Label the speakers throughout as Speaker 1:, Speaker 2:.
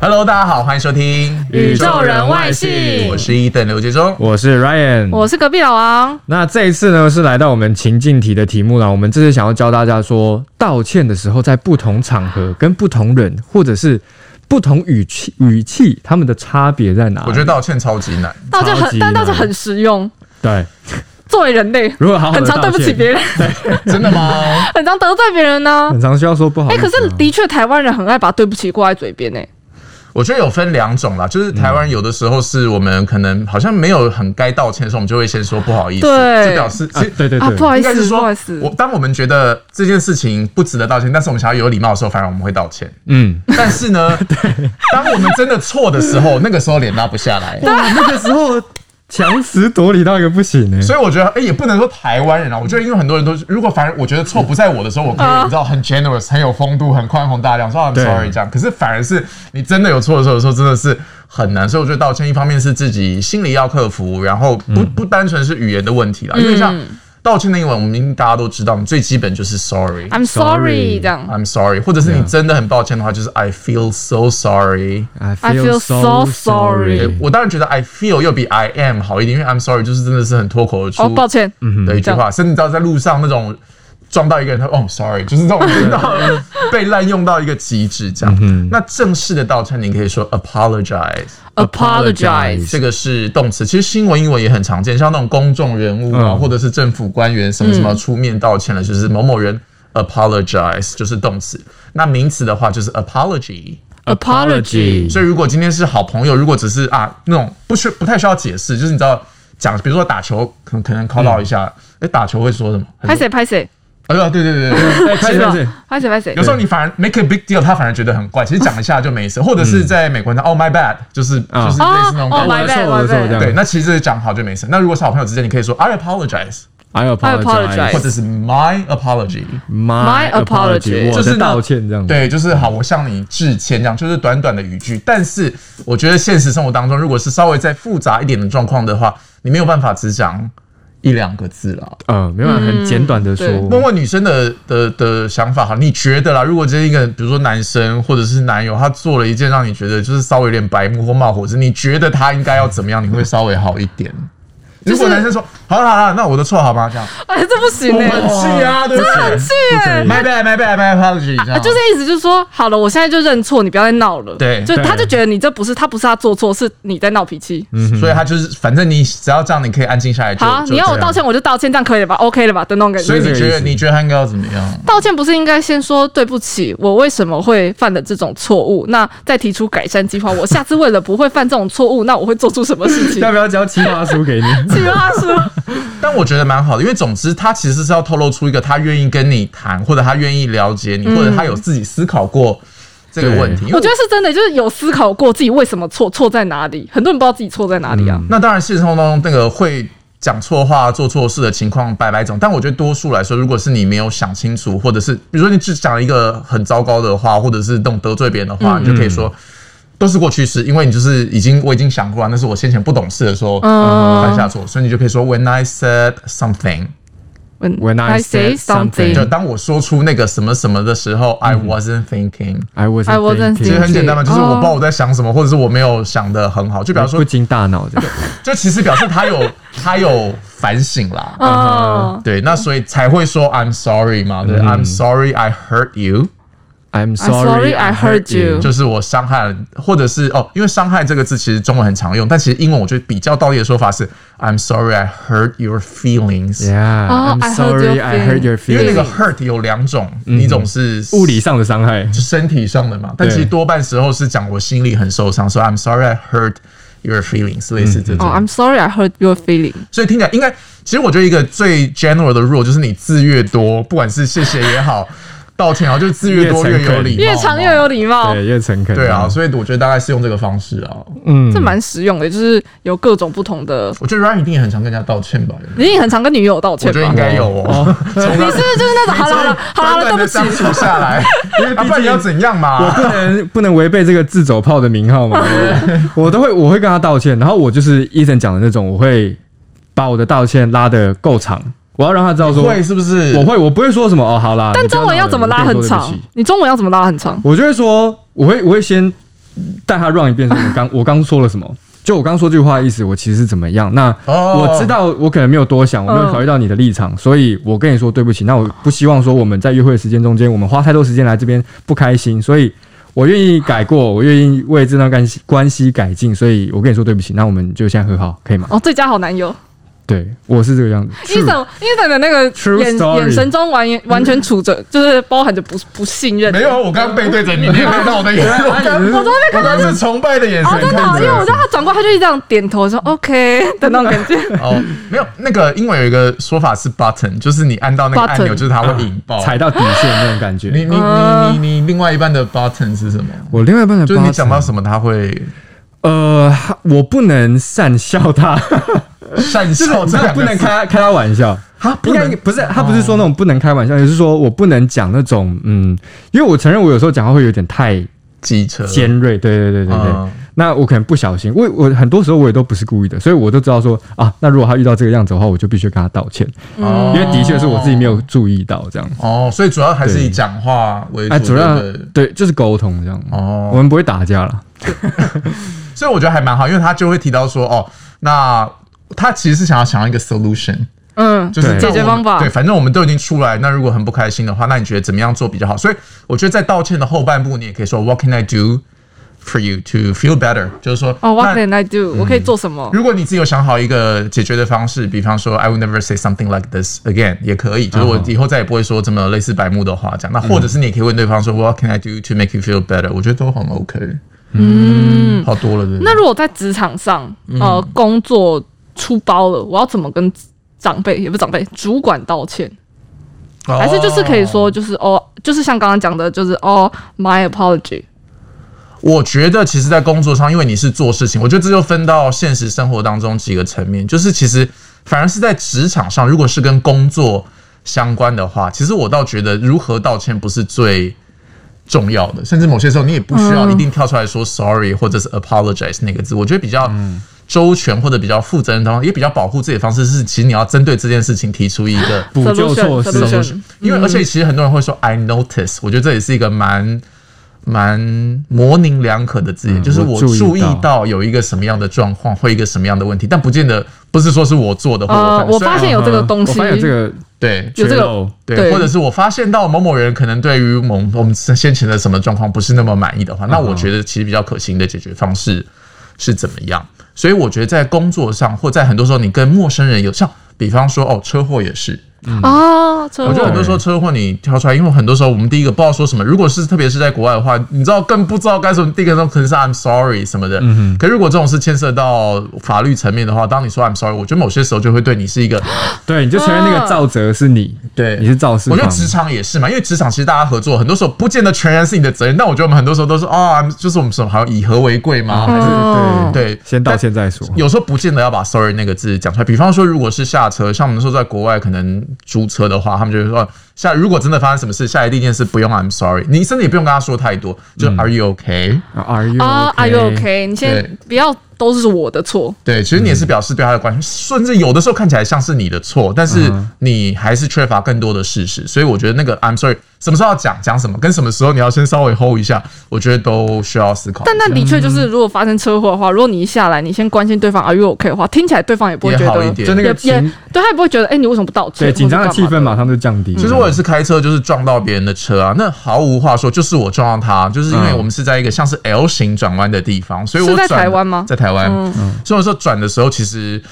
Speaker 1: Hello，大家好，欢迎收听
Speaker 2: 宇宙人外星
Speaker 1: 我是一等刘杰忠。
Speaker 3: 我是 Ryan，
Speaker 2: 我是隔壁老王。
Speaker 3: 那这一次呢，是来到我们情境题的题目了。我们这次想要教大家说，道歉的时候，在不同场合、跟不同人，或者是不同语气、语气，他们的差别在哪里？
Speaker 1: 我觉得道歉超级 难，
Speaker 2: 道歉
Speaker 3: 超级
Speaker 2: 很，
Speaker 3: 难
Speaker 2: 但道歉很实用。
Speaker 3: 对。
Speaker 2: 作为人类，
Speaker 3: 如果好好地
Speaker 2: 很常对不
Speaker 3: 道
Speaker 2: 起
Speaker 3: 歉
Speaker 2: 别人，
Speaker 1: 真的吗？
Speaker 2: 很常得罪别人呢、
Speaker 3: 很常需要说不好
Speaker 2: 哎、
Speaker 3: 意思啊。
Speaker 2: 可是的确，台湾人很爱把对不起挂在嘴边哎呢、
Speaker 1: 我觉得有分两种啦，就是台湾有的时候是我们可能好像没有很该道歉的时候，我们就会先说不好意思，
Speaker 2: 对
Speaker 1: 就表示其
Speaker 3: 啊
Speaker 1: 实。，
Speaker 3: 对对
Speaker 2: 啊，
Speaker 3: 对，
Speaker 2: 不好意
Speaker 1: 应该
Speaker 2: 思，
Speaker 1: 是
Speaker 2: 不
Speaker 1: 说
Speaker 2: 好意思，，
Speaker 1: 我当我们觉得这件事情不值得道歉，但是我们想要有礼貌的时候，反而我们会道歉。
Speaker 3: 嗯，
Speaker 1: 但是 呢，当我们真的错的时候，那个时候脸拉不下来。
Speaker 3: 哇，那个时候强词夺理到一个不行欸呢、
Speaker 1: 所以我觉得，哎、也不能说台湾人啊，我觉得因为很多人都，如果反而我觉得错不在我的时候，我可以、你知道很 generous，很有风度，很宽宏大量，说 I'm
Speaker 3: 对
Speaker 1: sorry 这样。可是反而是你真的有错的时候，有时候真的是很难。所以我觉得道歉，一方面是自己心里要克服，然后不、不单纯是语言的问题啦，因为像道歉的英文，我们应该大家都知道，我们最基本就是 sorry。
Speaker 3: sorry
Speaker 2: I'm sorry 这样。
Speaker 1: I'm sorry，或者啊是你真的很抱歉的话，就是 I feel so sorry。
Speaker 3: I
Speaker 2: feel so
Speaker 1: 对
Speaker 2: sorry
Speaker 1: 我当然觉得 I feel 又比 I am 好一点，因为 I'm sorry 就是真的是很脱口而出。嗯
Speaker 2: 哦，抱歉，
Speaker 1: 的一句话，甚至你知道在路上那种撞到一个人，他说哦，sorry，就是这种听到被滥用到一个极致这样。那正式的道歉，你可以说 apologize，
Speaker 2: Apologize
Speaker 1: 这个是动词。其实新闻英文也很常见，像那种公众人物啊，
Speaker 3: 嗯
Speaker 1: 或者是政府官员什么什么出面道歉了，就是某某人 apologize，就是动词。那名词的话就是 apology。
Speaker 3: 嗯
Speaker 2: Apology
Speaker 1: 所以如果今天是好朋友，如果只是啊那种不需不太需要解释，就是你知道讲，比如说打球，可能可能 call out 一下，哎、打球会说什么？
Speaker 2: 拍谁拍谁，
Speaker 1: 哎呀，对对对对，
Speaker 3: 哎是
Speaker 2: 吧
Speaker 3: 是是，
Speaker 2: 拍谁拍谁
Speaker 1: 有。时候你反而 make a big deal，他反而觉得很怪，其实讲一下就没事，或者是在美国人哦 my bad，就是
Speaker 3: 啊
Speaker 1: 就是类似那种
Speaker 2: 哦
Speaker 3: 我
Speaker 1: 感觉。
Speaker 2: my
Speaker 3: 的错我的
Speaker 2: bad，my
Speaker 3: 错
Speaker 2: bad
Speaker 3: 这样。
Speaker 1: 对，那其实讲好就没事。那如果是好朋友之间，你可以说 I apologize，
Speaker 3: I apologize，
Speaker 2: apologize
Speaker 1: 或者是 my apology。
Speaker 3: My
Speaker 2: My
Speaker 3: apology，
Speaker 2: apology
Speaker 3: 我
Speaker 1: 就是
Speaker 3: 的
Speaker 1: 那
Speaker 3: 道歉这样子。
Speaker 1: 对，就是好，我向你致歉，这样就是短短的语句。但是我觉得现实生活当中，如果是稍微再复杂一点的状况的话，你没有办法只讲一两个字了。
Speaker 3: 呃，没办法，很简短的说，
Speaker 2: 对
Speaker 1: 问问女生的的的想法哈，你觉得啦？如果今天一个比如说男生或者是男友，他做了一件让你觉得就是稍微有点白目或冒火事，你觉得他应该要怎么样？你会稍微好一 点。
Speaker 2: 就是
Speaker 1: 如果男生说好了好了，那我的错好吗？这样
Speaker 2: 哎、这不行
Speaker 1: 我
Speaker 2: 哎、
Speaker 1: 很气啊，对不起
Speaker 2: 是哎、
Speaker 1: ，my bad my bad my apology，这
Speaker 2: 啊，
Speaker 1: 样
Speaker 2: 就是意思就是说，好了，我现在就认错，你不要再闹了。
Speaker 1: 对
Speaker 2: 就
Speaker 3: 对
Speaker 2: 他就觉得你这不是他不是他做错，是你在闹脾气。
Speaker 1: 嗯所以他就是反正你只要这样，你可以安静下来就。
Speaker 2: 好，
Speaker 1: 就
Speaker 2: 你要我
Speaker 1: 这样
Speaker 2: 道歉，我就道歉，这样可以了吧？OK 了吧？的那种感
Speaker 1: 所以
Speaker 2: 觉。
Speaker 1: 你
Speaker 3: 就是这个
Speaker 1: 觉
Speaker 3: 意思
Speaker 1: 得你觉得他应该要怎么样？
Speaker 2: 道歉不是应该先说对不起，我为什么会犯的这种错误？那再提出改善计划，我下次为了不会犯这种错误，那我会做出什么 事情？
Speaker 3: 要不要交七八书给你？
Speaker 2: 计划书，
Speaker 1: 但我觉得蛮好的，因为总之他其实是要透露出一个他愿意跟你谈，或者他愿意了解你，或者他有自己思考过这个问题。因为
Speaker 2: 我觉得是真的，就是有思考过自己为什么错，错在哪里。很多人不知道自己错在哪里啊。
Speaker 1: 那当然现实生活当中那个会讲错话、做错事的情况百百种，但我觉得多数来说，如果是你没有想清楚，或者是比如说你只讲了一个很糟糕的话，或者是那种得罪别人的话，你就可以说。都是过去式，因为你就是已经我已经想过了，那是我先前不懂事的时候犯下错，所以你就可以说 When I said something，
Speaker 2: When,
Speaker 1: 嗯
Speaker 3: When I said something
Speaker 1: 就当我说出那个什么什么的时候，I
Speaker 3: 嗯
Speaker 1: wasn't thinking。
Speaker 3: I was
Speaker 2: I wasn't
Speaker 1: 其实很简单嘛，就是我不知道
Speaker 2: 哦
Speaker 1: 我在想什么，或者是我没有想的很好。就比方说
Speaker 3: 不，经大脑 的。
Speaker 1: 就其实表示他有 他有反省啦。
Speaker 2: 哦
Speaker 1: 对，那所以才会说 I'm sorry 嘛，
Speaker 3: 嗯
Speaker 1: 对、i m sorry I hurt you，
Speaker 3: I'm
Speaker 2: sorry I hurt you
Speaker 1: 就是我伤害了，或者是哦，因为伤害这个字其实中文很常用，但其实英文我觉得比较道理的说法是 I'm sorry I hurt your feelings，、
Speaker 3: Yeah,
Speaker 2: 哦
Speaker 3: I'm
Speaker 2: I hurt
Speaker 3: sorry
Speaker 2: your
Speaker 3: I hurt your
Speaker 1: 因为那
Speaker 3: feelings。嗯
Speaker 1: 个 hurt 有两种，一种是
Speaker 3: 物理上的伤害，
Speaker 1: 身体上的嘛，但
Speaker 3: 对
Speaker 1: 其实多半时候是讲我心里很受伤，说 I'm sorry I hurt your feelings，类似这
Speaker 3: 嗯
Speaker 1: 种。
Speaker 2: 哦、i m sorry I hurt your feeling。
Speaker 1: 所以听起来应该，其实我觉得一个最 general 的 rule 就是你字越多，不管是谢谢也好，道歉啊，就是字越多越有礼貌嘛，
Speaker 2: 越长越有礼貌，
Speaker 3: 对，越诚恳。
Speaker 1: 对啊，所以我觉得大概是用这个方式啊。
Speaker 3: 嗯，
Speaker 2: 这蛮实用的，就是有各种不同的。
Speaker 1: 我觉得 Ryan 一定也很常跟人家道歉吧。
Speaker 2: 你也很常跟女友道
Speaker 1: 我
Speaker 2: 歉
Speaker 1: 觉得
Speaker 2: 吧
Speaker 1: 应？该有哦，从
Speaker 3: 啊
Speaker 2: 你是不是就是那种好了好了好了好了，对不起
Speaker 1: 相，处下来， 因 为
Speaker 3: 毕竟
Speaker 1: 不然你要怎样
Speaker 3: 我
Speaker 1: 嘛？
Speaker 3: 不能不能违背这个自走炮的名号 嘛，对不对我都会我会跟他道歉，然后我就是医生讲的那种，我会把我的道歉拉得够长，我要让他知道说，
Speaker 1: 会是不是？
Speaker 3: 我会我不会说什么哦，好啦，
Speaker 2: 但
Speaker 3: 你不
Speaker 2: 中文要怎么拉
Speaker 3: 闹了
Speaker 2: 很
Speaker 3: 我对
Speaker 2: 长
Speaker 3: 不起？
Speaker 2: 你中文要怎么拉很长？
Speaker 1: 嗯
Speaker 3: 我就会说，我会我会先带他 run 一遍，说我刚 我刚说了什么。就我刚说这句话的意思，我其实是怎么样？那
Speaker 1: 哦
Speaker 3: 我知道，我可能没有多想，我没有考虑到你的立场，所以我跟你说对不起。那我不希望说我们在约会的时间中间，我们花太多时间来这边不开心，所以我愿意改过，我愿意为这段关系关系改进，所以我跟你说对不起。那我们就现在和好，可以吗？
Speaker 2: 哦，最佳好男友。
Speaker 3: 对，我是这个样子。
Speaker 2: 伊森伊森的那个
Speaker 3: True
Speaker 2: 眼
Speaker 3: story
Speaker 2: 眼神中完完全处着，就是包含着不不信任。
Speaker 1: 嗯没有，我刚刚背对着你，你也看到 我的眼神，我刚
Speaker 2: 啊我从那边
Speaker 1: 我刚是崇拜的眼神
Speaker 2: 哦，真的哦，
Speaker 1: 看
Speaker 2: 因为我知
Speaker 1: 着。
Speaker 2: 道他转过来，他就一直这样点头说 “OK” 的那种感觉。
Speaker 1: 哦，没有，那个英文有一个说法是 button，就是你按到那个
Speaker 2: Button
Speaker 1: 按钮，就是它会引爆。
Speaker 3: 踩到底线那种感
Speaker 1: 你
Speaker 3: 觉。
Speaker 1: 你
Speaker 2: 啊
Speaker 1: 你你你另外一半的 button 是什么？
Speaker 3: 我另外一半的
Speaker 1: 就是你
Speaker 3: boss
Speaker 1: 讲到什么，他 会
Speaker 3: 呃，我不能善笑他。
Speaker 1: 善
Speaker 3: 就是
Speaker 1: 笑，这
Speaker 3: 那
Speaker 1: 两
Speaker 3: 不
Speaker 1: 个
Speaker 3: 能
Speaker 1: 字
Speaker 3: 开他开他玩笑，
Speaker 1: 啊，
Speaker 3: 应
Speaker 1: 不
Speaker 3: 该
Speaker 1: 能
Speaker 3: 不是他不是说那种不能开玩笑，也是说我不能讲那种嗯，因为我承认我有时候讲话会有点太
Speaker 1: 机车
Speaker 3: 尖锐，对对对对对。
Speaker 1: 嗯
Speaker 3: 那我可能不小心，我我很多时候我也都不是故意的，所以我都知道说啊，那如果他遇到这个样子的话，我就必须跟他道歉，
Speaker 1: 哦
Speaker 3: 因
Speaker 2: 嗯
Speaker 3: 为的确是我自己没有注意到这样。
Speaker 1: 哦，所以主要还是以
Speaker 3: 对
Speaker 1: 讲话为
Speaker 3: 哎，
Speaker 1: 主，
Speaker 3: 主
Speaker 1: 对
Speaker 3: 要
Speaker 1: 不对
Speaker 3: 对就是沟通这样，
Speaker 1: 哦
Speaker 3: 我们不会打架了。
Speaker 1: 所以我觉得还蛮好，因为他就会提到说，哦，那他其实是想要想要一个 solution，
Speaker 2: 嗯，
Speaker 1: 就是
Speaker 3: 对
Speaker 1: 在
Speaker 2: 解决
Speaker 1: 我们
Speaker 2: 方法
Speaker 1: 对，反正我们都已经出来，那如果很不开心的话，那你觉得怎么样做比较好？所以我觉得在道歉的后半部，你也可以说 What can I do for you to feel better？就是说，
Speaker 2: 哦，What
Speaker 1: 那嗯
Speaker 2: can I do？我可以做什么？
Speaker 1: 如果你自己有想好一个解决的方式，比方说 I will never say something like this again，也可以，就是我以后再也不会说这么类似白目的话，这样。那或者是你也可以问对方说 What can I do to make you feel better？我觉得都很 OK，嗯，好多了，对不对
Speaker 2: 那如果在职场上，呃，工作出包了，我要怎么跟长辈，也不是长辈，主管道歉？还是就是可以
Speaker 1: 哦
Speaker 2: 说，就是哦，就是像刚刚讲的，就是哦，my apology。
Speaker 1: 我觉得其实，在工作上，因为你是做事情，我觉得这就分到现实生活当中几个层面，就是其实反而是在职场上，如果是跟工作相关的话，其实我倒觉得如何道歉不是最重要的，甚至某些时候你也不需要一定跳出来说 sorry 或者是 apologize 那个字，我觉得比较。周全或者比较负责任的方式，也比较保护自己的方式是，其实你要针对这件事情提出一个
Speaker 3: 补救措
Speaker 2: Solution，
Speaker 3: 施
Speaker 2: solution
Speaker 3: 嗯
Speaker 1: 因为而且其实很多人会说 I notice，我觉得这也是一个蛮蛮模棱两可的字眼，
Speaker 3: 嗯
Speaker 1: 就是
Speaker 3: 我
Speaker 1: 我
Speaker 3: 注意
Speaker 1: 注意
Speaker 3: 到
Speaker 1: 到有一个什么样的状况，会一个什么样的问题，但不见得不是说是我做的，或我
Speaker 2: 呃，
Speaker 1: 犯
Speaker 2: 我
Speaker 1: 虽然
Speaker 2: 发现有这个东
Speaker 3: 哦我
Speaker 2: 西
Speaker 3: 发，现有这个
Speaker 1: 对。
Speaker 2: 有这
Speaker 3: 缺
Speaker 2: 个
Speaker 3: 漏
Speaker 1: 对，
Speaker 2: 对
Speaker 1: 或者是我发现到某某人可能对于某我们先前的什么状况不是那么满意的话，那我
Speaker 3: 嗯
Speaker 1: 觉得其实比较可行的解决方式是怎么样？所以我觉得在工作上，或在很多时候你跟陌生人有像，比方说哦，车祸也是，
Speaker 2: 啊，车
Speaker 1: 嗯我觉得
Speaker 2: 祸
Speaker 1: 很多时候车祸你挑出来，因为很多时候我们第一个不知道说什么。如果是特别是在国外的话，你知道更不知道该说第一个时候可能是 I'm sorry 什么的。
Speaker 3: 嗯
Speaker 1: 可如果这种是牵涉到法律层面的话，当你说 I'm sorry，我觉得某些时候就会对你是 一个
Speaker 3: 对，你就承认那个
Speaker 2: 啊
Speaker 3: 造责是你，
Speaker 1: 对
Speaker 3: 你是肇事
Speaker 1: 我
Speaker 3: 方。
Speaker 1: 觉得职场也是嘛，因为职场其实大家合作，很多时候不见得全然是你的责任。但我觉得我们很多时候都是哦，I'm- 就是我们什么好像以和为贵
Speaker 3: 啊
Speaker 1: 嘛，
Speaker 3: 嗯
Speaker 1: 还是
Speaker 2: 哦
Speaker 1: 对
Speaker 3: 先道
Speaker 1: 但
Speaker 3: 歉再说。
Speaker 1: 有时候不见得要把 sorry 那个字讲出来。比方说，如果是下车，像我们说在国外可能租车的话，他们就会说哦下，如果真的发生什么事，下一第一件事不用 I'm sorry，你甚至也不用跟他说太多，就 Are you OK？、
Speaker 3: Are you
Speaker 2: 啊
Speaker 3: okay?
Speaker 2: ，Are you OK？你先
Speaker 1: 对
Speaker 2: 不要都是我的错，
Speaker 1: 对，其实你也是表示对他的关心，甚至有的时候看起来像是你的错，但是你还是缺乏更多的事实。所以我觉得那个 I'm sorry 什么时候要讲讲什么，跟什么时候你要先稍微 hold 一下，我觉得都需要思考一下。
Speaker 2: 但那的确就是，如果发生车祸的话，如果你一下来，你先关心对方 Are you OK 的话，听起来对方也不会觉
Speaker 1: 也好
Speaker 2: 得，
Speaker 1: 一点
Speaker 3: 就那
Speaker 2: 也
Speaker 3: 个
Speaker 2: 也
Speaker 3: 情
Speaker 2: 对他也不会觉得，哎、你为什么不道歉？
Speaker 3: 对紧张的气氛马
Speaker 2: 嘛。
Speaker 3: 上就降
Speaker 2: 嗯
Speaker 3: 低。
Speaker 1: 其实我也是开车，就是撞到别人的车啊，那毫无话说，就是我撞到他，就是因为
Speaker 3: 嗯
Speaker 1: 我们是在一个像是 L 型转弯的地方，所以我
Speaker 2: 是在
Speaker 1: 转的
Speaker 2: 台湾吗嗯
Speaker 1: 在台湾，所以我说转的时候其实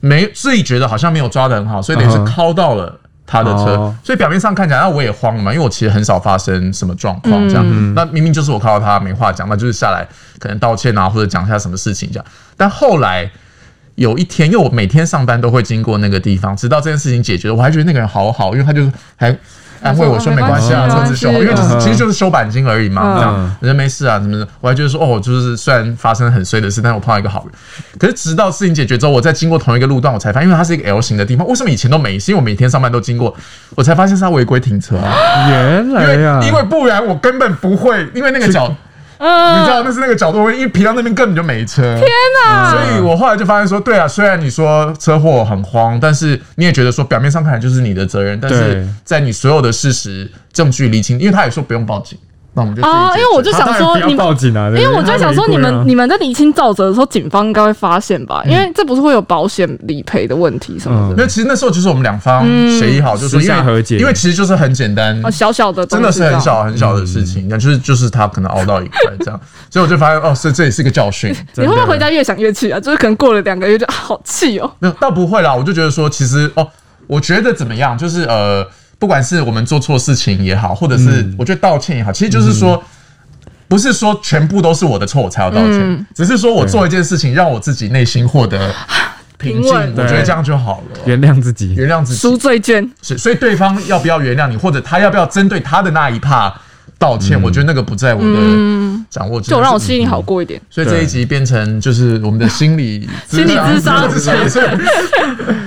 Speaker 1: 没自己觉得好像没有抓得很好，所以等于是
Speaker 3: 嗯哼
Speaker 1: 靠到了。他的车
Speaker 3: 哦
Speaker 1: 所以表面上看起来，啊那我也慌了嘛，因为我其实很少发生什么状
Speaker 2: 嗯
Speaker 1: 况这样。那明明就是我靠到他，没话讲，那就是下来可能道歉啊，或者讲一下什么事情这样。但后来有一天，因为我每天上班都会经过那个地方，直到这件事情解决了，我还觉得那个人好好，因为他就是还。安慰我说
Speaker 2: 没
Speaker 1: 没关系啊，
Speaker 2: 关系
Speaker 1: 车子修好，因
Speaker 2: 没
Speaker 1: 为
Speaker 2: 关
Speaker 1: 就
Speaker 3: 系
Speaker 1: 是其实就是修钣金而已嘛，
Speaker 2: 嗯
Speaker 1: 这样人家没事啊，怎么的？我还觉得说哦，就是虽然发生很衰的事，但是我碰到一个好人。可是直到事情解决之后，我再经过同一个路段，我才发现，因为它是一个 L 型的地方，为什么以前都没事？因为我每天上班都经过，我才发现是他违规停车啊，
Speaker 3: 原
Speaker 1: 因
Speaker 3: 来啊
Speaker 1: 为
Speaker 3: 哎呀，
Speaker 1: 因为不然我根本不会，因为那个角，你知
Speaker 2: 嗯，
Speaker 1: 道那是那个角度，因为皮到那边根本就没车。所以我后来就发现说，对啊，虽然你说车祸很慌，但是你也觉得说表面上看来就是你的责任，但是
Speaker 3: 对
Speaker 1: 在你所有的事实证据厘清，因为他也说不用报警，那我们就自己
Speaker 2: 哦
Speaker 1: 解决
Speaker 2: 因为我就想
Speaker 3: 他当然
Speaker 2: 说
Speaker 3: 不要
Speaker 2: 你们
Speaker 3: 报警啊，因
Speaker 2: 因为我就想说，你们、你
Speaker 3: 们
Speaker 2: 们在理清造责的时候，警方应该会发现吧？因为这不是会有保险理赔的问题什么
Speaker 3: 嗯
Speaker 2: 的，
Speaker 1: 没有，其实那时候就是我们两方协议好，就是
Speaker 3: 私
Speaker 1: 因
Speaker 3: 下
Speaker 1: 为
Speaker 3: 和解
Speaker 1: 因为其实就是很简单，
Speaker 2: 嗯哦，小小的
Speaker 1: 真的是
Speaker 2: 东西
Speaker 1: 很
Speaker 2: 这样。
Speaker 1: 小很小的事
Speaker 3: 嗯
Speaker 1: 情，那就是就是他可能熬到一块这样，所以我就发现哦，是这也是个教训。
Speaker 2: 你会不会回家越想越气啊？就是可能过了两个月就啊好气哦。
Speaker 1: 没有，倒不会啦。我就觉得说，其实哦，我觉得怎么样，就是呃，不管是我们做错事情也好，或者是
Speaker 2: 嗯
Speaker 1: 我觉得道歉也好，其实就是说，不是说全部都是我的错我才要道歉，
Speaker 2: 嗯
Speaker 1: 只是说我做一件事情，让我自己内心获得平静，
Speaker 2: 平稳
Speaker 1: 我觉得这样就好了。
Speaker 3: 原谅自己，
Speaker 1: 原谅自
Speaker 2: 赎
Speaker 1: 己，
Speaker 2: 罪券，
Speaker 1: 是所以对方要不要原谅你，或者他要不要针对他的那一趴道歉，
Speaker 2: 嗯
Speaker 1: 我觉得那个不在我的掌握之
Speaker 2: 就
Speaker 1: 中。
Speaker 2: 嗯让我心里好过一点。
Speaker 1: 所以这一集变成就是我们的心理
Speaker 2: 心理
Speaker 1: 咨
Speaker 2: 咨商
Speaker 1: 商所以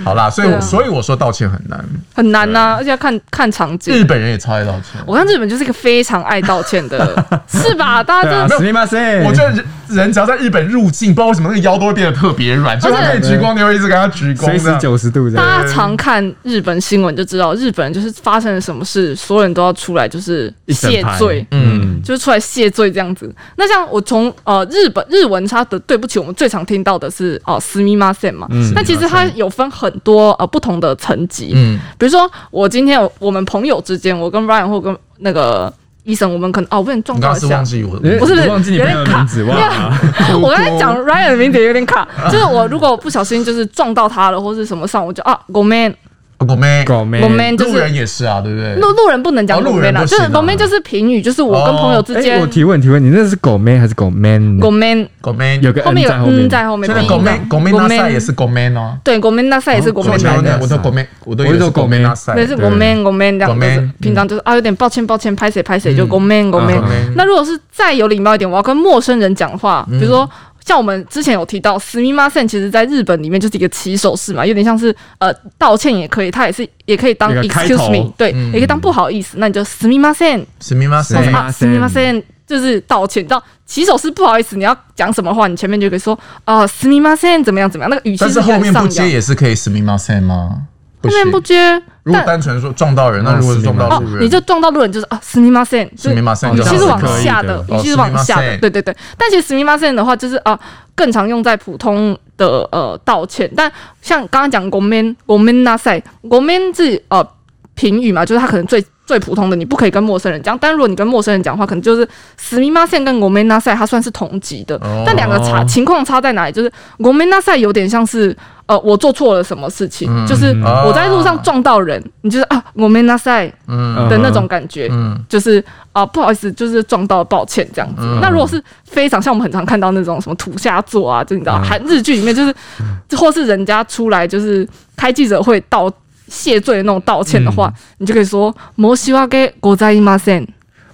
Speaker 1: 好啦，所以我
Speaker 2: 对啊
Speaker 1: 所以我说道歉很难，
Speaker 2: 很难呐、而且要看看场
Speaker 1: 日
Speaker 2: 景。
Speaker 1: 本人也超爱道歉。
Speaker 2: 我看日本就是一个非常爱道歉的，是吧？大
Speaker 3: 对
Speaker 2: 家
Speaker 3: 啊，
Speaker 2: 真的
Speaker 3: 死你妈塞！
Speaker 1: 我觉得人人只要在日本入境，不知道为什么那个腰都会变得特别软，所以他可以鞠躬，你会一直跟他鞠
Speaker 3: 随
Speaker 1: 躬这
Speaker 3: 时
Speaker 1: 样。
Speaker 3: 九十度这样，
Speaker 2: 大家常看日本新闻就知道，日本人就是发生了什么事，所有人都要出来就是
Speaker 3: 一整
Speaker 2: 谢
Speaker 3: 排
Speaker 2: 罪，
Speaker 3: 嗯，
Speaker 2: 就是出来谢罪这样子。那像我从呃日本日文它的对不起，我们最常听到的是哦斯密马塞嘛
Speaker 3: 嗯，
Speaker 2: 但其实它有分很多呃不同的层级，
Speaker 1: 嗯，
Speaker 2: 比如说我今天有我们朋友之间，我跟 Ryan 或跟那个医生，我们可能哦我被你撞
Speaker 1: 你
Speaker 2: 到
Speaker 1: 刚
Speaker 2: 一
Speaker 1: 刚是
Speaker 2: 下
Speaker 1: 忘，记我，
Speaker 3: 诶
Speaker 2: 不是不是
Speaker 3: 我忘记你朋友的名字，
Speaker 2: 有点
Speaker 3: 忘
Speaker 2: 卡
Speaker 3: 了，
Speaker 2: 我刚才讲 Ryan 的名字有点 卡，就是我如果不小心就是撞到他了，或是什么上，我就啊 g o m a n
Speaker 1: 我妹，
Speaker 3: 狗妹
Speaker 2: g o m a n 就
Speaker 1: 路人
Speaker 2: 是
Speaker 1: 也是啊，对不对？
Speaker 2: 路路人不能讲
Speaker 1: 哦
Speaker 2: g o
Speaker 1: 路
Speaker 2: m a
Speaker 1: 人
Speaker 2: n 啊，
Speaker 1: 不
Speaker 2: 就
Speaker 1: 行
Speaker 2: 是
Speaker 1: 啊哦
Speaker 2: g o m a n 就是评语，就是我跟朋友之
Speaker 3: 哎，
Speaker 2: 间
Speaker 3: 我提问提问，你那是狗妹还是狗 man？
Speaker 2: g o m a n
Speaker 1: 狗妹，
Speaker 3: 有个
Speaker 2: 后
Speaker 3: N
Speaker 2: 面有
Speaker 3: 在后面
Speaker 2: 嗯，在后面
Speaker 1: 现在
Speaker 2: 鼻音
Speaker 1: 狗妹
Speaker 2: 嘛
Speaker 1: 狗妹那赛
Speaker 2: Gomen
Speaker 1: 也是狗妹哦。
Speaker 2: 对 g o m a n 那赛也是 g o
Speaker 3: 狗
Speaker 2: m a
Speaker 3: 妹
Speaker 2: n
Speaker 3: 那赛
Speaker 2: 那
Speaker 1: 我都狗妹，我都以为是狗妹那赛
Speaker 2: 对，是 g o m a n g o m a n 这样，就
Speaker 1: Gomen
Speaker 2: 是平常就是啊有点抱歉抱歉，拍谁拍谁就
Speaker 1: 嗯
Speaker 2: g o m a n g o m a
Speaker 3: 嗯
Speaker 2: n 那如果是再有礼貌一点，我要跟陌生人讲话，比如
Speaker 1: 嗯
Speaker 2: 说。像我们之前有提到，s m i m a s e n 其实在日本里面就是一个起手式嘛，有点像是呃道歉也可以，它也是也可以当
Speaker 3: 那个开头
Speaker 2: excuse me，对，
Speaker 1: 嗯
Speaker 2: 也可以当不好意思，那你就 s m i m a s e n
Speaker 1: 史密马
Speaker 3: 对
Speaker 1: 赛，
Speaker 2: 啊
Speaker 3: Sumimasen
Speaker 2: s m i m a s e n 就是道歉，你知道起手式不好意思，你要讲什么话，你前面就可以说啊 s m i m a s e n 怎么样怎么样，那个语气
Speaker 1: 但是
Speaker 2: 有点
Speaker 1: 后面不
Speaker 2: 上
Speaker 1: 接
Speaker 2: 扬
Speaker 1: 也是可以史密马赛吗？不
Speaker 2: 后面
Speaker 1: 行
Speaker 2: 不。接，
Speaker 1: 如果
Speaker 2: 但
Speaker 1: 单纯说撞到人，那如果是撞到
Speaker 2: 哦
Speaker 1: 路人，，
Speaker 2: 你就撞到路人就是啊 s m i m a s e n
Speaker 1: 史密马赛，
Speaker 3: 哦
Speaker 2: 语气
Speaker 3: 这
Speaker 2: 是
Speaker 3: 样
Speaker 2: 往
Speaker 3: 是可以
Speaker 2: 下
Speaker 3: 的
Speaker 2: 的，
Speaker 1: 哦
Speaker 2: 语气是往下的，
Speaker 1: すみません
Speaker 2: 对对对。但其实 s m i m a s e n 的话，就是呃，更常用在普通的呃道歉。但像刚刚讲 “gomen gomen na sai gomen” 是呃评语嘛，就是它可能最最普通的，你不可以跟陌生人讲。但如果你跟陌生人讲话，可能就是 s m i m a s e n 跟 “gomen na sai” 它算是同级的，
Speaker 1: 哦
Speaker 2: 但两个差情况差在哪里？就是 “gomen na sai” 有点像是。呃，我做错了什么事情？就是
Speaker 1: 哦
Speaker 2: 我在路上撞到人，你就是啊，我没那赛
Speaker 1: 嗯
Speaker 3: 嗯
Speaker 2: 的那种感觉。
Speaker 1: 嗯，
Speaker 2: 就是啊、不好意思，就是撞到，抱歉这样子。那如果是非常像我们很常看到那种什么土下座啊，就你知道韩日剧里面就是，或是人家出来就是开记者会道谢罪的那种道歉的话，你就可以说摩西哇给国在伊马森。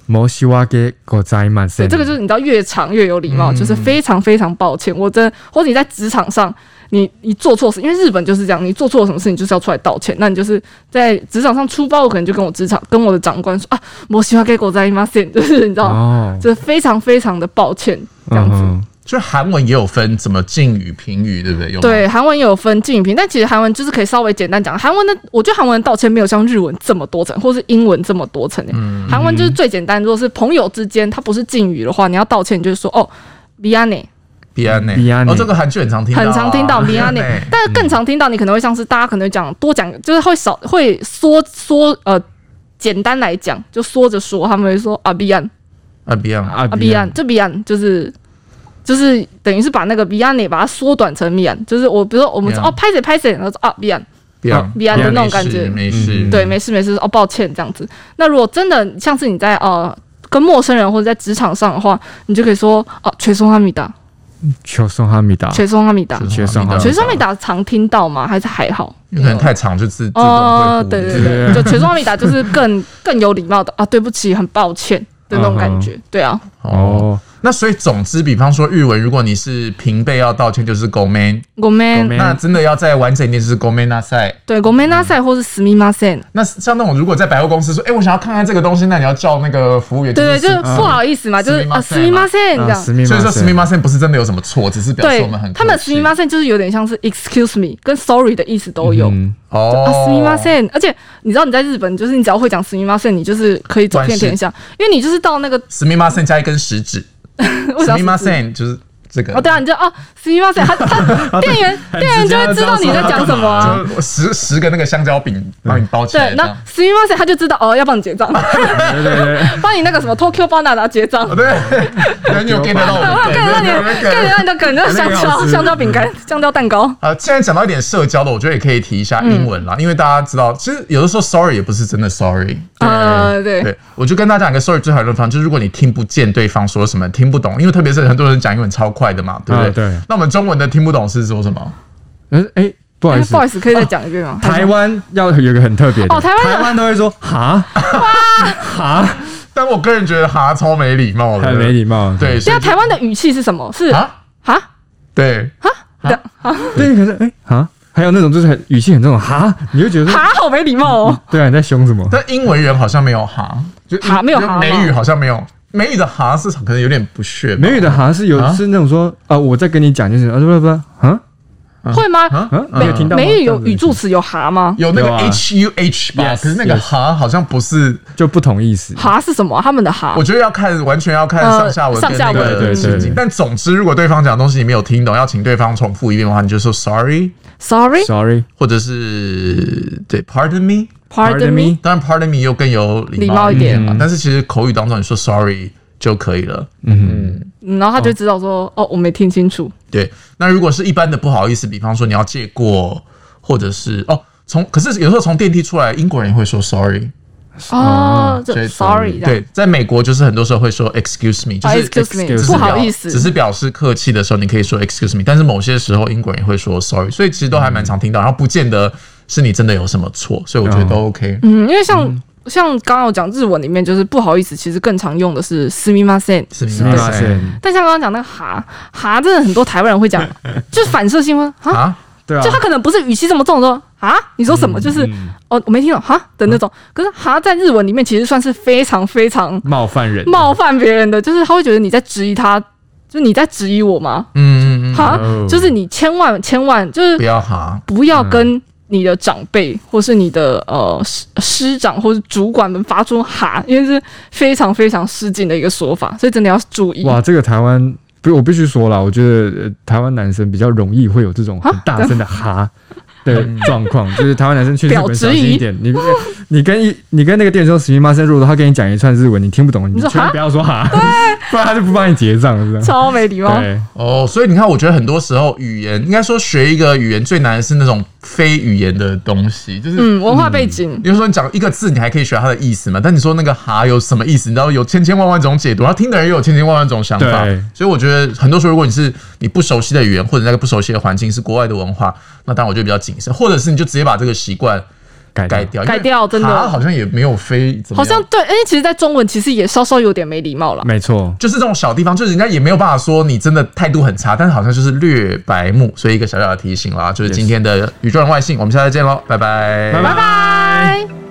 Speaker 3: 摩西瓦给狗仔满
Speaker 2: 对，
Speaker 3: 森，
Speaker 2: 这个就是你知道越长越有礼貌，就是非常非常抱歉，我真的或者你在职场上。你你做错事，因为日本就是这样，你做错什么事情就是要出来道歉。那你就是在职场上粗暴，我可能就跟我职场跟我的长官说啊，摩西哇给国在伊马森， 就是你知道，
Speaker 3: 哦，
Speaker 2: 就是非常非常的抱歉这样子。
Speaker 3: 嗯
Speaker 1: 就韩文也有分怎么敬语、平语，对不对？有吗
Speaker 2: 对，韩文也有分敬语评，但其实韩文就是可以稍微简单讲。韩文的，我觉得韩文的道歉没有像日文这么多层，或是英文这么多层、欸。韩、文就是最简单。如果是朋友之间，他不是敬语的话，你要道歉，你就是说哦 b i a n e
Speaker 1: b i a n e
Speaker 3: Biane
Speaker 1: 哦，这个韩剧很常听到啊，
Speaker 2: 很常听到 b i a n e
Speaker 1: Biane
Speaker 2: 但是更常听到你可能会像是大家可能讲多讲，就是会少会缩缩呃。简单来讲，就缩着说，他们会说啊 b i a n
Speaker 1: 啊 b i a n
Speaker 3: 阿
Speaker 2: 啊 b i a n 这 b i a n 就是就是等于是把那个 b i a n 也把它缩短成 b i a n 就是我比如说我们说
Speaker 1: Bian
Speaker 2: 哦拍谁拍谁，然后说啊 b i a n
Speaker 1: b i a n
Speaker 2: b i a n 的那种感觉，
Speaker 1: 没事，
Speaker 3: 嗯
Speaker 2: 对，没事没事，哦抱歉这样子。那如果真的像是你在呃跟陌生人或者在职场上的话，你就可以说哦吹送哈米达，
Speaker 3: 求送哈密达，
Speaker 2: 学生阿米达，
Speaker 3: 学生哈
Speaker 1: 学
Speaker 2: 学生阿米达常听到吗？还是还好？
Speaker 1: 有可能太长就自自动会
Speaker 2: 哦
Speaker 1: 忽，
Speaker 2: 对
Speaker 1: 略
Speaker 2: 对对，就全双米达就是更更有礼貌的啊，对不起，很抱歉的那种感觉。
Speaker 1: 嗯
Speaker 2: 对啊，
Speaker 1: 哦。
Speaker 3: 哦，
Speaker 1: 那所以总之，比方说日文，如果你是平辈要道歉，就是 go man。
Speaker 2: 我们
Speaker 3: Gomen
Speaker 1: 那真的要再完整一点，就是 go man 那赛。
Speaker 2: 对我们那赛或是史密马赛，
Speaker 1: 那像那种如果在百货公司说，哎、我想要看看这个东西，那你要叫那个服务员。
Speaker 2: 对对，就是是
Speaker 1: 嗯
Speaker 2: 不好意思嘛，就是啊，史密
Speaker 1: Sumimasen
Speaker 2: 马赛这
Speaker 3: 啊，
Speaker 2: 样
Speaker 3: 史。密
Speaker 1: 所以说 s m i
Speaker 3: 马
Speaker 1: m a s e n 不是真的有什么错，只是表示
Speaker 2: 对
Speaker 1: 我们很，
Speaker 2: 他们史密马赛就是有点像是 excuse me 跟 sorry 的意思都有。
Speaker 3: 嗯
Speaker 1: 哦
Speaker 2: 啊，史密马赛，而且你知道你在日本，就是你只要会讲史密马赛，你就是可以走遍天
Speaker 1: 哦
Speaker 2: 下，因为你就是到那个
Speaker 1: s m i m a s e n 加一根食指
Speaker 2: 为
Speaker 1: s
Speaker 2: 啥
Speaker 1: m i m a s e n 就是这个。
Speaker 2: 哦，对啊，你就哦，史密马赛，他
Speaker 1: 啊
Speaker 2: 他店员店员就会知道你在讲什么啊。
Speaker 1: 就十十个那个香蕉饼帮你包起来
Speaker 2: 对，
Speaker 1: 这
Speaker 2: 那
Speaker 1: 样。
Speaker 2: s m i m a s 他就知道哦，要帮你结账，
Speaker 3: 对对对，
Speaker 2: 帮你那个什么 Tokyo Banana 结账
Speaker 1: 哦，。对，人有 get 到我
Speaker 2: 然后
Speaker 1: 们
Speaker 2: 看到你，
Speaker 1: 对对
Speaker 2: 看
Speaker 1: 对
Speaker 2: 到你的梗，就是香
Speaker 3: 那个好
Speaker 2: 蕉、
Speaker 3: 吃
Speaker 2: 香蕉饼干、香蕉蛋糕。
Speaker 1: 啊，既然讲到一点社交的，我觉得也可以提一下英文
Speaker 2: 嗯
Speaker 1: 啦，因为大家知道，其实有的时候 sorry 也不是真的 sorry。
Speaker 2: 呃，对，
Speaker 1: 对，我就跟大家讲一个 sorry 最好的方法，就是如果你听不见对方说什么，听不懂，因为特别是很多人讲英文超快的嘛，对不对？
Speaker 3: 啊对
Speaker 1: 那我们中文的听不懂是说什么？
Speaker 3: 嗯，哎，不好意
Speaker 2: 哎
Speaker 3: 思
Speaker 2: 不好，意思，可以再讲一遍吗？
Speaker 3: 台湾要有一个很特别的，
Speaker 2: 哦台湾人
Speaker 3: 都会说哈哈，
Speaker 1: 但我个人觉得哈超没礼貌的，
Speaker 3: 太没礼貌了。
Speaker 1: 对，
Speaker 2: 对
Speaker 1: 所
Speaker 2: 啊，
Speaker 1: 以就
Speaker 2: 台湾的语气是什么？是啊，
Speaker 1: 啊，对，
Speaker 3: 对，可是哎哈，还有那种就是很语气很那种哈，你就觉得说
Speaker 2: 哈，好没礼貌哦。
Speaker 3: 对啊，你在凶什么？
Speaker 1: 但英文人好像没有哈，就
Speaker 2: 哈没有哈吗
Speaker 1: 就美语好像没有，美语的哈是可能有点不屑吧，
Speaker 3: 美语的哈是有
Speaker 1: 啊
Speaker 3: 是那种说啊，我在跟你讲就是啊不不不啊
Speaker 2: 会吗？
Speaker 1: 啊
Speaker 3: 啊，
Speaker 1: 嗯
Speaker 3: 没有听到吗
Speaker 2: 美语
Speaker 3: 这
Speaker 2: 有
Speaker 3: 样子
Speaker 2: 语助词有哈吗？
Speaker 1: 有那个
Speaker 3: 有啊
Speaker 1: H U H 吧
Speaker 3: Yes，
Speaker 1: 可是那个
Speaker 3: yes
Speaker 1: 哈好像不是，
Speaker 3: 就不同意思。
Speaker 2: 哈是什么啊？他们的哈
Speaker 1: 我觉得要看完全要看
Speaker 2: 呃
Speaker 1: 上下文跟
Speaker 2: 上下
Speaker 1: 那
Speaker 2: 文
Speaker 1: 个
Speaker 3: 对对
Speaker 1: 情
Speaker 3: 对
Speaker 1: 景。但总之，如果对方讲的东西你没有听懂，要请对方重复一遍的话，你就说 sorry，
Speaker 2: ，Sorry，
Speaker 3: Sorry,
Speaker 1: 或者是对 pardon me。
Speaker 2: pardon me。
Speaker 1: 当然 pardon me 又更有礼
Speaker 2: 礼貌一点
Speaker 1: 嘛，但是其实口语当中你说 sorry 就可以了。
Speaker 3: 嗯，
Speaker 2: 嗯然后他就知道说，哦，我没听清楚。
Speaker 1: 对，那如果是一般的不好意思，比方说你要借过，或者是哦，从可是有时候从电梯出来，英国人也会说 sorry，
Speaker 2: 哦，
Speaker 1: 所
Speaker 2: 这
Speaker 1: 以
Speaker 2: Sorry，这样
Speaker 1: 对，在美国就是很多时候会说 excuse me，就
Speaker 2: 啊
Speaker 1: 是
Speaker 2: Excuse me，
Speaker 1: 只是
Speaker 2: 不
Speaker 1: 表
Speaker 2: 好意思，
Speaker 1: 只是表示客气的时候你可以说 excuse me，但是某些时候英国人也会说 sorry，所以其实都还蛮常听
Speaker 2: 嗯
Speaker 1: 到，然后不见得是你真的有什么错，所以我觉得都 OK。
Speaker 2: 嗯，因为像、像刚刚有讲日文里面，就是不好意思，其实更常用的是 s m i m a s e n
Speaker 1: 是
Speaker 3: 是吗？是
Speaker 2: 但像刚刚讲那个哈哈，真的很多台湾人会 讲，就是反射性问哈，
Speaker 1: 啊，
Speaker 3: 对啊
Speaker 2: 就，他可能不是语气这么重的说啊，你说什么？就是、
Speaker 3: 嗯
Speaker 2: 哦，我没听懂哈的那种。可是哈在日文里面其实算是非常非常
Speaker 3: 冒犯人，
Speaker 2: 冒犯别人的，就是他会觉得你在质疑他，就是你在质疑我吗？
Speaker 1: 嗯嗯嗯，
Speaker 2: 哈
Speaker 3: 哦，
Speaker 2: 啊就是你千万千万就是
Speaker 1: 不要哈，
Speaker 2: 不要跟你的长辈或是你的呃师师长或是主管们发出哈，因为是非常非常失敬的一个说法，所以真的要注意。
Speaker 3: 哇，这个台湾。不，我必须说了，我觉得、呃台湾男生比较容易会有这种很大声的哈的状况，就是台湾男生去日
Speaker 2: 表
Speaker 3: 本
Speaker 2: 质
Speaker 3: 小心
Speaker 2: 疑
Speaker 3: 一点。你你跟一你跟那个店说“死命妈生”，如果他跟你讲一串日文，你听不懂，你
Speaker 2: 说
Speaker 3: 千万
Speaker 2: 哈
Speaker 3: 不要说哈， 不然他就不帮你结账，是这样。
Speaker 2: 超没礼貌。
Speaker 3: 对，
Speaker 1: 哦，所以你看，我觉得很多时候语言，应该说学一个语言最难的是那种非语言的东西，就是。
Speaker 2: 嗯，文化背景。
Speaker 3: 啊
Speaker 1: 比如说你讲一个字，你还可以学它的意思嘛？但你说那个“哈”有什么意思？你知道有千千万万种解读，然后听的人也有千千万万种想法
Speaker 3: 对。
Speaker 1: 所以我觉得很多时候，如果你是你不熟悉的语言，或者那个不熟悉的环境是国外的文化，那当然我就比较谨慎，或者是你就直接把这个习惯
Speaker 3: 改掉
Speaker 1: 改掉。
Speaker 2: 改掉真的
Speaker 1: 哈好像也没有非怎么
Speaker 2: 好
Speaker 1: 样
Speaker 2: 像对，因为其实，在中文其实也稍稍有点没礼貌了。
Speaker 3: 没错，
Speaker 1: 就是这种小地方，就是人家也没有办法说你真的态度很差，但是好像就是略白目，所以一个小小的提醒啦，就是今天的宇宙人外信，我们下次见喽，拜拜，
Speaker 3: 拜拜
Speaker 2: 拜拜。